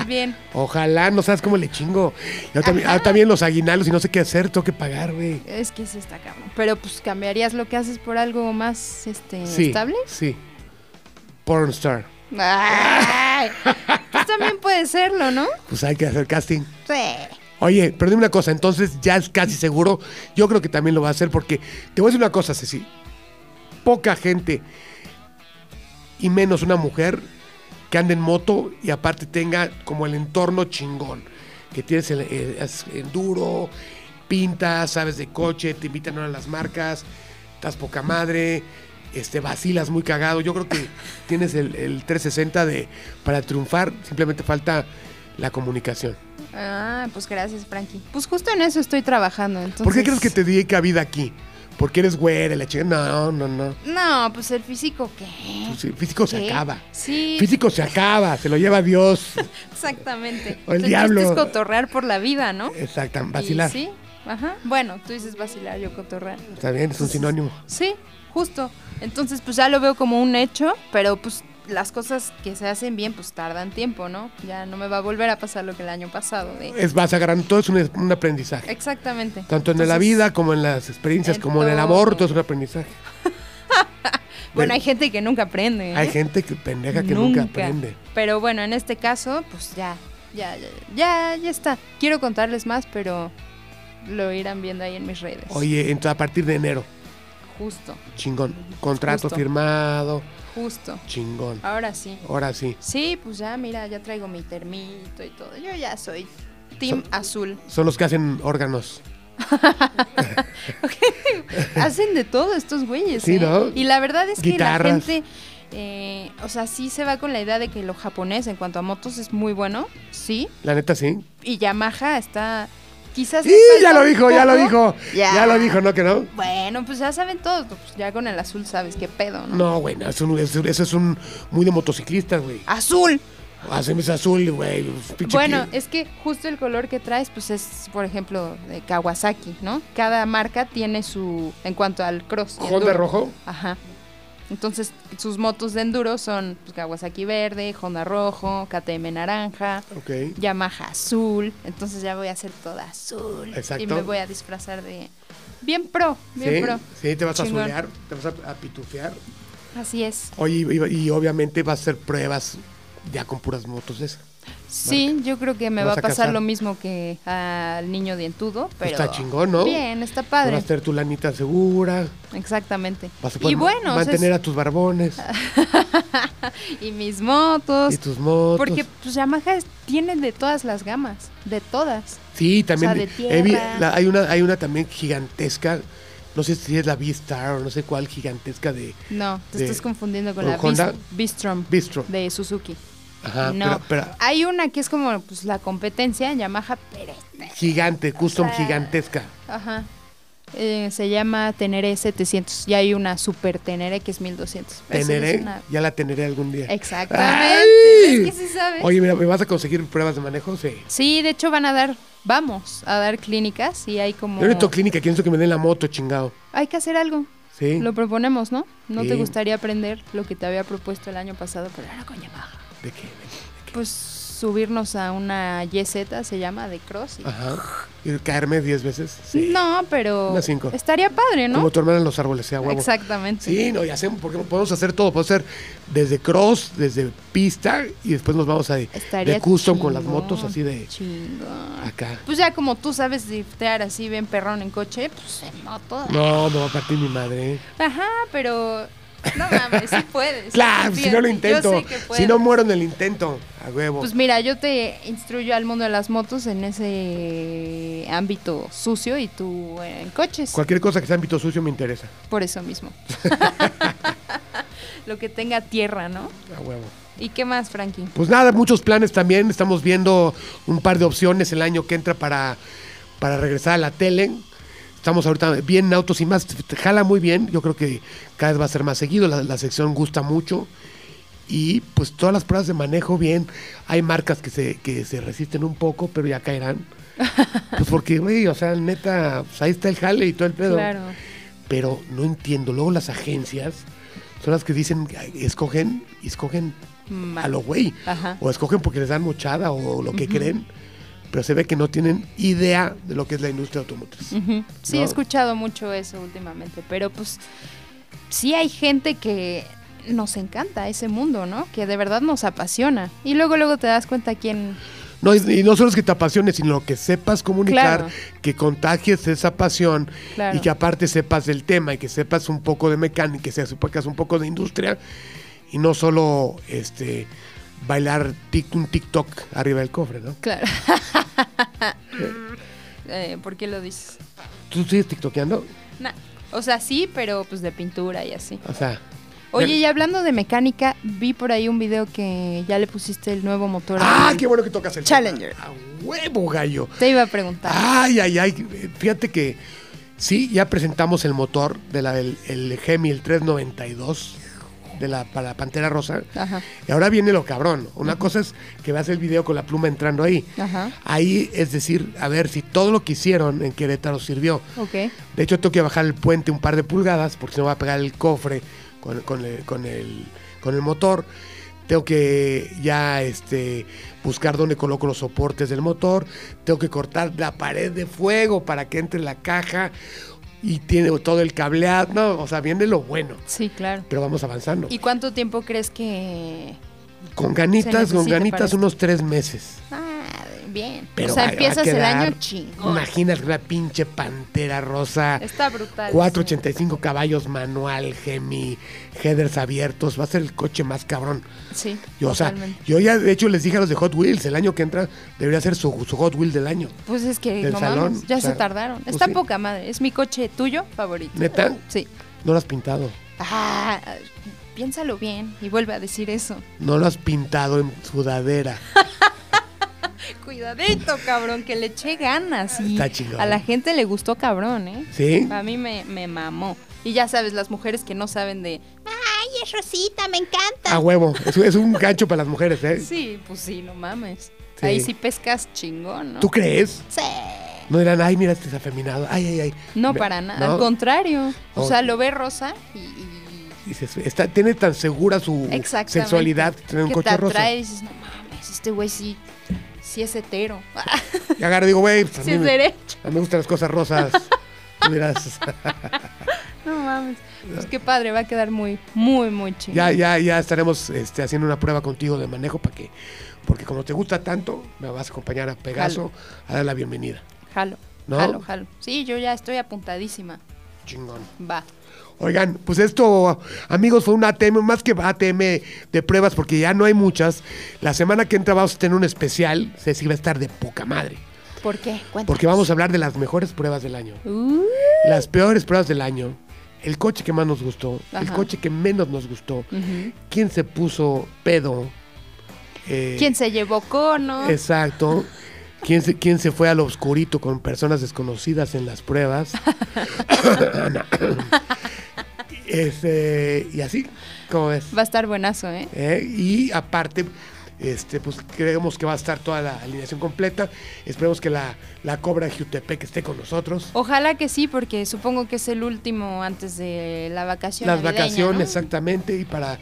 Speaker 3: Bien.
Speaker 2: Ojalá, no sabes cómo le chingo. Yo también, ah, también los aguinaldos y no sé qué hacer, tengo que pagar, güey.
Speaker 3: Es que sí está cabrón. Pero pues cambiarías lo que haces por algo más este
Speaker 2: Sí.
Speaker 3: estable.
Speaker 2: Sí. Pornstar. <laughs>
Speaker 3: Ay, pues también puede serlo, ¿no?
Speaker 2: Pues hay que hacer casting.
Speaker 3: Sí.
Speaker 2: Oye, pero dime una cosa, entonces ya es casi seguro. Yo creo que también lo va a hacer porque te voy a decir una cosa, Ceci. Poca gente y menos una mujer que ande en moto y aparte tenga como el entorno chingón. Que tienes el, el- es enduro, pintas, sabes de coche, te invitan a las marcas, estás poca madre, este, vacilas muy cagado. Yo creo que tienes el, el 360 de, para triunfar, simplemente falta la comunicación.
Speaker 3: Ah, pues gracias, Frankie. Pues justo en eso estoy trabajando, entonces.
Speaker 2: ¿Por qué crees que te di cabida aquí? Porque eres güera, y la chica. No, no, no.
Speaker 3: No, pues el físico qué.
Speaker 2: Pues sí, físico se
Speaker 3: ¿Qué?
Speaker 2: acaba.
Speaker 3: Sí.
Speaker 2: Físico se acaba, se lo lleva
Speaker 3: <laughs>
Speaker 2: Dios.
Speaker 3: Exactamente.
Speaker 2: O el
Speaker 3: chiste
Speaker 2: diablo.
Speaker 3: es cotorrear por la vida, ¿no?
Speaker 2: Exacto,
Speaker 3: Y
Speaker 2: vacilar.
Speaker 3: Sí, ajá. Bueno, tú dices vacilar, yo cotorrear.
Speaker 2: Está bien, es un sinónimo.
Speaker 3: Sí, justo. Entonces, pues ya lo veo como un hecho, pero pues las cosas que se hacen bien, pues tardan tiempo, ¿no? Ya no me va a volver a pasar lo que el año pasado. de-
Speaker 2: Es, vas agarrando todo, es un, un aprendizaje.
Speaker 3: Exactamente.
Speaker 2: Tanto en la
Speaker 3: Entonces,
Speaker 2: vida como en las experiencias,
Speaker 3: en
Speaker 2: como en el
Speaker 3: todo.
Speaker 2: amor, todo es un aprendizaje.
Speaker 3: <laughs> Bueno, hay gente que nunca aprende. ¿eh?
Speaker 2: Hay gente que pendeja que nunca, aprende.
Speaker 3: Pero bueno, en este caso, pues ya, ya, ya, ya, ya está. Quiero contarles más, pero lo irán viendo ahí en mis redes.
Speaker 2: Oye, entonces a partir de enero,
Speaker 3: Justo,
Speaker 2: chingón. Contrato
Speaker 3: Justo.
Speaker 2: firmado,
Speaker 3: justo.
Speaker 2: chingón.
Speaker 3: Ahora sí.
Speaker 2: Ahora sí.
Speaker 3: Sí, pues ya, mira, ya traigo mi termito y todo. Yo ya soy Team Azul. <laughs>
Speaker 2: Son los que hacen órganos.
Speaker 3: Hacen de todo estos güeyes.
Speaker 2: Sí,
Speaker 3: ¿eh?
Speaker 2: ¿no?
Speaker 3: Y la verdad es
Speaker 2: Guitarras.
Speaker 3: que la gente, eh, o sea, sí se va con la idea de que lo japonés en cuanto a motos es muy bueno, sí.
Speaker 2: La neta, sí.
Speaker 3: Y Yamaha está, quizás...
Speaker 2: ¡Y
Speaker 3: le
Speaker 2: ya
Speaker 3: falta
Speaker 2: lo
Speaker 3: un
Speaker 2: dijo, ya lo
Speaker 3: poco.
Speaker 2: dijo!
Speaker 3: Ya.
Speaker 2: Ya lo dijo, ¿no? Que no.
Speaker 3: Bueno, pues ya saben todos, pues ya con el azul sabes qué pedo, ¿no?
Speaker 2: No, güey, no, es un- es un- eso es un muy de motociclistas, güey. Ah,
Speaker 3: ¡Azul!
Speaker 2: Hacemos azul, güey. pinche
Speaker 3: Bueno,
Speaker 2: que-
Speaker 3: es que justo el color que traes, pues es, por ejemplo, de Kawasaki, ¿no? Cada marca tiene su, en cuanto al cross. y
Speaker 2: Honda
Speaker 3: enduro.
Speaker 2: rojo.
Speaker 3: Ajá. Entonces, sus motos de enduro son pues, Kawasaki verde, Honda rojo, KTM naranja,
Speaker 2: Ok.
Speaker 3: Yamaha azul. Entonces ya voy a hacer toda azul. Y
Speaker 2: Exacto.
Speaker 3: me voy a disfrazar de... Bien pro, bien
Speaker 2: Sí,
Speaker 3: pro.
Speaker 2: sí, te vas a
Speaker 3: Chingón.
Speaker 2: azulear, te vas a, a pitufear.
Speaker 3: Así es.
Speaker 2: Oye, y, y- y obviamente vas a hacer pruebas ya con puras motos de esas.
Speaker 3: Sí, yo creo que me
Speaker 2: Te
Speaker 3: va a
Speaker 2: vas a
Speaker 3: pasar
Speaker 2: casar.
Speaker 3: lo mismo que al niño dientudo, pero
Speaker 2: Está chingón, ¿no?
Speaker 3: Bien, está
Speaker 2: Vas
Speaker 3: padre.
Speaker 2: a hacer tu lanita segura,
Speaker 3: Exactamente.
Speaker 2: vas a
Speaker 3: Y
Speaker 2: poder
Speaker 3: bueno, o sea,
Speaker 2: mantener a tus
Speaker 3: <laughs>
Speaker 2: barbones
Speaker 3: es- y mis motos,
Speaker 2: y tus motos.
Speaker 3: porque pues Yamaha es- tiene de todas las gamas, de todas.
Speaker 2: Sí, también
Speaker 3: O sea, de
Speaker 2: he vi-
Speaker 3: tierra.
Speaker 2: la- hay una hay una también gigantesca no sé si es la V-Star o no sé cuál gigantesca de.
Speaker 3: No, te
Speaker 2: de-
Speaker 3: estás confundiendo con
Speaker 2: ¿con
Speaker 3: la
Speaker 2: Honda?
Speaker 3: Bist- Bistrom
Speaker 2: Bistro.
Speaker 3: de Suzuki.
Speaker 2: Ajá,
Speaker 3: no,
Speaker 2: Ah, pero- pero-
Speaker 3: hay una que es como pues, la competencia, Yamaha Pérez.
Speaker 2: Gigante, custom
Speaker 3: sea-
Speaker 2: gigantesca.
Speaker 3: Ajá. Eh, se llama Tenere 700 y hay una super Tenere que es 1200. Eso es
Speaker 2: Teneré,
Speaker 3: una-
Speaker 2: ya la teneré algún día.
Speaker 3: Exactamente.
Speaker 2: ¡Ay!
Speaker 3: Es que sí sabes.
Speaker 2: Oye, mira, ¿me vas a conseguir pruebas de manejo? Sí.
Speaker 3: Sí, de hecho van a dar, vamos a dar clínicas y hay como...
Speaker 2: Yo necesito clínica, quiero que me den la moto, chingado.
Speaker 3: Hay que hacer algo.
Speaker 2: Sí.
Speaker 3: Lo proponemos, ¿no? ¿No
Speaker 2: Sí.
Speaker 3: te gustaría aprender lo que te había propuesto el año pasado, pero ahora con Yamaha?
Speaker 2: ¿De qué?
Speaker 3: Pues subirnos a una YZ, se llama, de cross. y-
Speaker 2: Ah, Ajá. ¿Y caerme 10 veces? Sí.
Speaker 3: No, pero
Speaker 2: Una cinco.
Speaker 3: estaría padre, ¿no?
Speaker 2: Como tu hermana en los árboles, sea huevo.
Speaker 3: Exactamente.
Speaker 2: Sí, no, y hacemos, porque podemos hacer todo. Podemos hacer desde cross, desde pista, y después nos vamos a de,
Speaker 3: Estaría
Speaker 2: de custom con las
Speaker 3: chingón,
Speaker 2: motos así de
Speaker 3: chingón.
Speaker 2: acá.
Speaker 3: Pues ya como tú sabes driftear así bien perrón en coche, pues en moto.
Speaker 2: No, me va a partir mi madre. ¿eh?
Speaker 3: Ajá, pero no mames, sí puedes.
Speaker 2: <laughs> Claro,
Speaker 3: Confío
Speaker 2: si
Speaker 3: en
Speaker 2: no lo
Speaker 3: ti, yo
Speaker 2: intento.
Speaker 3: sé que
Speaker 2: Si
Speaker 3: puedes.
Speaker 2: no muero en el intento, a huevo.
Speaker 3: Pues mira, yo te instruyo al mundo de las motos en ese ámbito sucio y tú en coches.
Speaker 2: Cualquier cosa que sea ámbito sucio me interesa.
Speaker 3: Por
Speaker 2: <laughs>
Speaker 3: eso mismo. <laughs> Lo que tenga tierra, ¿no?
Speaker 2: A huevo.
Speaker 3: ¿Y qué más, Frankie?
Speaker 2: Pues nada, muchos planes también. Estamos viendo un par de opciones el año que entra para, para regresar a la tele. Estamos ahorita bien en autos y más. Jala muy bien. Yo creo que cada vez va a ser más seguido. La, la sección gusta mucho. Y pues todas las pruebas de manejo, bien. Hay marcas que se, que se resisten un poco, pero ya caerán. Pues porque, güey, o sea, neta, pues ahí está el jale y todo el pedo.
Speaker 3: Claro.
Speaker 2: Pero no entiendo. Luego las agencias son las que dicen, ay, escogen, y escogen
Speaker 3: Ma-
Speaker 2: a lo güey.
Speaker 3: Ajá.
Speaker 2: O escogen porque les dan mochada o lo que creen. Pero se ve que no tienen idea de lo que es la industria automotriz.
Speaker 3: Ujú. Sí,
Speaker 2: ¿no?
Speaker 3: he escuchado mucho eso últimamente, pero pues sí hay gente que nos encanta ese mundo, ¿no? Que de verdad nos apasiona. Y luego, luego te das cuenta quién...
Speaker 2: No, y, y no solo es que te apasione, sino que sepas comunicar,
Speaker 3: Claro.
Speaker 2: que contagies esa pasión
Speaker 3: Claro.
Speaker 2: y que aparte sepas del tema y que sepas un poco de mecánica, que sepas un poco de industria y no solo este bailar tic- un TikTok arriba del cofre, ¿no? <laughs>
Speaker 3: Claro. Eh, ¿Por qué lo dices?
Speaker 2: ¿Tú sigues tiktokeando?
Speaker 3: Nah. O sea, sí, pero pues de pintura y así.
Speaker 2: O sea...
Speaker 3: Oye, y hablando de mecánica, vi por ahí un video que ya le pusiste el nuevo motor.
Speaker 2: ¡Ah,
Speaker 3: al-
Speaker 2: qué bueno que tocas el tema!
Speaker 3: Challenger.
Speaker 2: ¡A huevo, gallo!
Speaker 3: Te iba a preguntar.
Speaker 2: Ay, ay, ay. Fíjate que sí, ya presentamos el motor de la, el, el Gemi, el 392 de la, para la Pantera Rosa.
Speaker 3: Ajá.
Speaker 2: Y ahora viene lo cabrón. Una cosa es que veas el video con la pluma entrando ahí.
Speaker 3: Ajá.
Speaker 2: Ahí es decir, a ver si todo lo que hicieron en Querétaro sirvió.
Speaker 3: Ok.
Speaker 2: De hecho, tengo que bajar el puente un par de pulgadas porque si no va a pegar el cofre con, con el, con, el, con el motor. Tengo que ya este, buscar dónde coloco los soportes del motor. Tengo que cortar la pared de fuego para que entre la caja. Y tiene todo el cableado. No, o sea, viene lo bueno.
Speaker 3: Sí, claro.
Speaker 2: Pero vamos avanzando.
Speaker 3: ¿Y cuánto tiempo crees que
Speaker 2: con
Speaker 3: se
Speaker 2: ganitas,
Speaker 3: necesita
Speaker 2: con ganitas,
Speaker 3: para
Speaker 2: unos tres meses.
Speaker 3: Ah, bien.
Speaker 2: Pero
Speaker 3: o sea,
Speaker 2: va- va a
Speaker 3: empiezas el
Speaker 2: quedar-
Speaker 3: año chingón.
Speaker 2: Imagínate la pinche pantera rosa.
Speaker 3: Está brutal.
Speaker 2: 485 caballos manual, gemi, headers abiertos, va a ser el coche más cabrón.
Speaker 3: Sí,
Speaker 2: Yo, o sea,
Speaker 3: totalmente.
Speaker 2: yo ya de hecho les dije a los de Hot Wheels, el año que entra debería ser su, su Hot Wheel del año.
Speaker 3: Pues es que
Speaker 2: del
Speaker 3: no
Speaker 2: salón,
Speaker 3: mames, ya
Speaker 2: o sea,
Speaker 3: se tardaron.
Speaker 2: pues
Speaker 3: Está
Speaker 2: sí.
Speaker 3: poca madre. Es mi coche tuyo favorito.
Speaker 2: ¿Neta?
Speaker 3: Sí.
Speaker 2: No lo has pintado,
Speaker 3: Ah, piénsalo bien y vuelve a decir eso.
Speaker 2: no lo has pintado en sudadera.
Speaker 3: Cuidadito, cabrón, que le eché ganas. y
Speaker 2: Está chingón.
Speaker 3: A la gente le gustó cabrón, ¿eh? <laughs>
Speaker 2: ¿Sí?
Speaker 3: A mí me, me mamó. Y ya sabes, las mujeres que no saben de. ¡Ay, es Rosita, me encanta!
Speaker 2: A huevo, es, es un gancho para las mujeres, ¿eh?
Speaker 3: Sí, pues sí, no mames.
Speaker 2: Sí.
Speaker 3: Ahí sí pescas chingón, ¿no?
Speaker 2: ¿Tú crees?
Speaker 3: Sí.
Speaker 2: No dirán, ay, mira, este es afeminado, ay, ay, ay.
Speaker 3: No,
Speaker 2: Me-
Speaker 3: para nada.
Speaker 2: ¿no?
Speaker 3: Al contrario. O
Speaker 2: No.
Speaker 3: sea, lo ve rosa y. y-
Speaker 2: Dices, está, tiene tan segura su
Speaker 3: Exactamente.
Speaker 2: Mm, sexualidad que tiene un
Speaker 3: que
Speaker 2: coche
Speaker 3: te
Speaker 2: rosa.
Speaker 3: atrae y dices, no mames, este güey sí, sí es hetero. <laughs>
Speaker 2: Y agarra y digo, güey, pues, a,
Speaker 3: sí
Speaker 2: mí
Speaker 3: es
Speaker 2: me-
Speaker 3: derecho.
Speaker 2: a mí me gustan las cosas rosas. Tú dirás, <laughs>
Speaker 3: No mames. Pues qué padre, va a quedar muy, muy, muy chido.
Speaker 2: Ya, ya, ya estaremos este, haciendo una prueba contigo de manejo para que, porque como te gusta tanto, me vas a acompañar a Pegaso a dar la bienvenida.
Speaker 3: Jalo.
Speaker 2: ¿No?
Speaker 3: Jalo, jalo. Sí, yo ya estoy apuntadísima.
Speaker 2: Chingón.
Speaker 3: Va.
Speaker 2: Oigan, pues esto, amigos, fue un ATM, más que ATM de pruebas, porque ya no hay muchas. La semana que entra vamos a tener un especial, Ceci va a estar de poca madre,
Speaker 3: ¿Por qué? Cuéntame.
Speaker 2: porque vamos a hablar de las mejores pruebas del año.
Speaker 3: Uh,
Speaker 2: las peores pruebas del año, el coche que más nos gustó, el
Speaker 3: Ajá.
Speaker 2: coche que menos nos gustó,
Speaker 3: Ujú.
Speaker 2: quién se puso pedo. Eh,
Speaker 3: ¿Quién se llevó cono?
Speaker 2: Exacto. ¿Quién se, ¿Quién se fue al oscurito con personas desconocidas en las pruebas? <coughs> Este, y así, ¿cómo ves?
Speaker 3: Va a estar buenazo, ¿eh?
Speaker 2: ¿eh? Y aparte, este, pues creemos que va a estar toda la alineación completa. Esperemos que la, la cobra Jutepec esté con nosotros.
Speaker 3: Ojalá que sí, porque supongo que es el último antes de la vacación.
Speaker 2: Las
Speaker 3: navideña,
Speaker 2: vacaciones,
Speaker 3: ¿no?
Speaker 2: exactamente, y para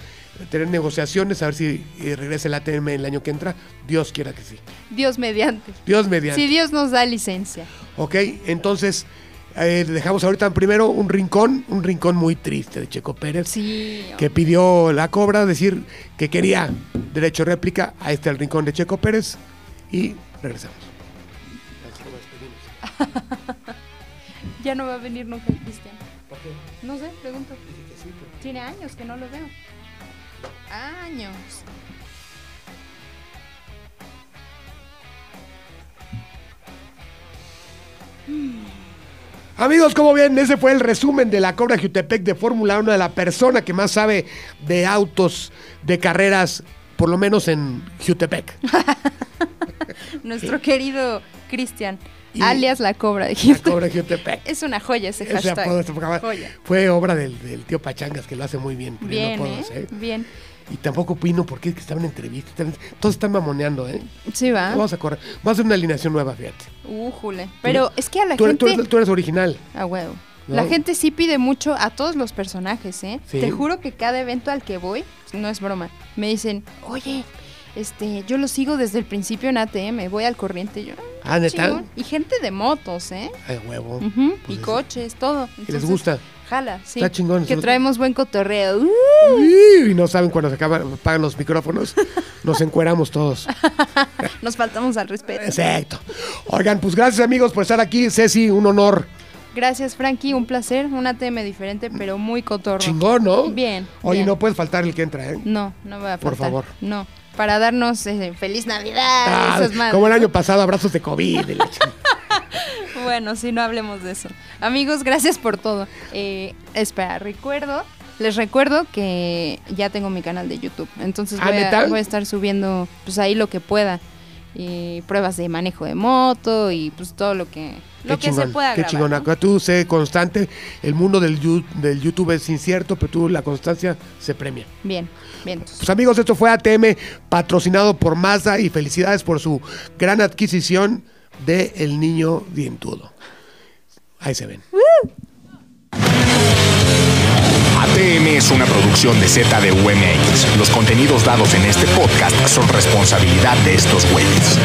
Speaker 2: tener negociaciones, a ver si eh, regresa el ATM el año que entra. Dios quiera que sí.
Speaker 3: Dios mediante.
Speaker 2: Dios mediante.
Speaker 3: Si Dios nos da licencia.
Speaker 2: Ok, entonces eh, dejamos ahorita primero un rincón, un rincón muy triste de Checo Pérez,
Speaker 3: Sí.
Speaker 2: que pidió la cobra, decir que quería derecho de réplica. Ahí está el rincón de Checo Pérez y regresamos.
Speaker 3: Ya no va a venir nunca el Cristian. No sé, pregunto. Tiene años que no lo veo. Años.
Speaker 2: Amigos, como bien, ese fue el resumen de la Cobra Jutepec de Fórmula 1, de la persona que más sabe de autos, de carreras, por lo menos en Jutepec.
Speaker 3: Nuestro querido Cristian,
Speaker 2: Y-
Speaker 3: alias la cobra de <laughs>
Speaker 2: La
Speaker 3: Houston.
Speaker 2: Cobra Jutepec.
Speaker 3: Es una joya ese
Speaker 2: Ese
Speaker 3: hashtag.
Speaker 2: apodo está poca madre.
Speaker 3: Joya.
Speaker 2: Fue obra del, del tío Pachangas, que lo hace muy bien. poniendo
Speaker 3: Bien,
Speaker 2: apodos,
Speaker 3: ¿eh?
Speaker 2: ¿eh?
Speaker 3: Bien.
Speaker 2: Y tampoco opino porque es que estaban en entrevista. estaban- todos están mamoneando, ¿eh?
Speaker 3: Sí, va.
Speaker 2: Vamos a correr. Vamos a hacer una alineación nueva, fíjate.
Speaker 3: Újule. Pero es que a la
Speaker 2: Tú, eres-
Speaker 3: gente.
Speaker 2: tú eres, tú eres original.
Speaker 3: A huevo.
Speaker 2: No.
Speaker 3: La gente sí pide mucho a todos los personajes, ¿eh?
Speaker 2: Sí.
Speaker 3: Te juro que cada evento al que voy, no es broma, me dicen, oye, este, yo lo sigo desde el principio en ATM, voy al corriente. Yo,
Speaker 2: Ah, ¿neta?
Speaker 3: chingón. Y gente de motos, ¿eh?
Speaker 2: Ay, huevo.
Speaker 3: Ujú,
Speaker 2: Pues
Speaker 3: y
Speaker 2: es-
Speaker 3: coches, todo.
Speaker 2: que les gusta.
Speaker 3: Jala, sí.
Speaker 2: Está chingón,
Speaker 3: Que
Speaker 2: eso-
Speaker 3: traemos
Speaker 2: <laughs>
Speaker 3: buen cotorreo. Uh,
Speaker 2: Y no saben cuando se acaban, apagan los
Speaker 3: <laughs>
Speaker 2: micrófonos. Nos encueramos todos.
Speaker 3: nos faltamos al respeto.
Speaker 2: Exacto. Oigan, pues gracias, amigos, por estar aquí. Ceci, un honor.
Speaker 3: Gracias, Frankie, un placer. Un ATM diferente, pero muy cotorro.
Speaker 2: Chingón, ¿no?
Speaker 3: Bien,
Speaker 2: Oye,
Speaker 3: bien.
Speaker 2: no puedes faltar el que entra, ¿eh?
Speaker 3: No, no va a
Speaker 2: Por
Speaker 3: faltar.
Speaker 2: favor.
Speaker 3: No. Para darnos eh, feliz Navidad.
Speaker 2: Ah,
Speaker 3: esas madres,
Speaker 2: como el
Speaker 3: ¿no?
Speaker 2: año pasado, abrazos de COVID. y la chingada.
Speaker 3: Bueno, si no hablemos de eso. Amigos, gracias por todo. Eh, espera, recuerdo, les recuerdo que ya tengo mi canal de YouTube. Entonces
Speaker 2: Ah,
Speaker 3: voy
Speaker 2: ¿neta?
Speaker 3: a, voy a estar subiendo pues ahí lo que pueda. Y pruebas de manejo de moto y pues todo lo que, <laughs> lo
Speaker 2: Qué
Speaker 3: que se
Speaker 2: chingón,
Speaker 3: pueda
Speaker 2: Qué
Speaker 3: grabar,
Speaker 2: chingón.
Speaker 3: ¿no?
Speaker 2: Acá Tú sé constante. El mundo del, yu- del YouTube es incierto, pero tú la constancia se premia.
Speaker 3: Bien, bien.
Speaker 2: Pues amigos, esto fue ATM patrocinado por Mazda y felicidades por su gran adquisición de El Niño Dientudo. Ahí se ven.
Speaker 1: ATM es una producción de ZDUMX. Los contenidos dados en este podcast son responsabilidad de estos güeyes.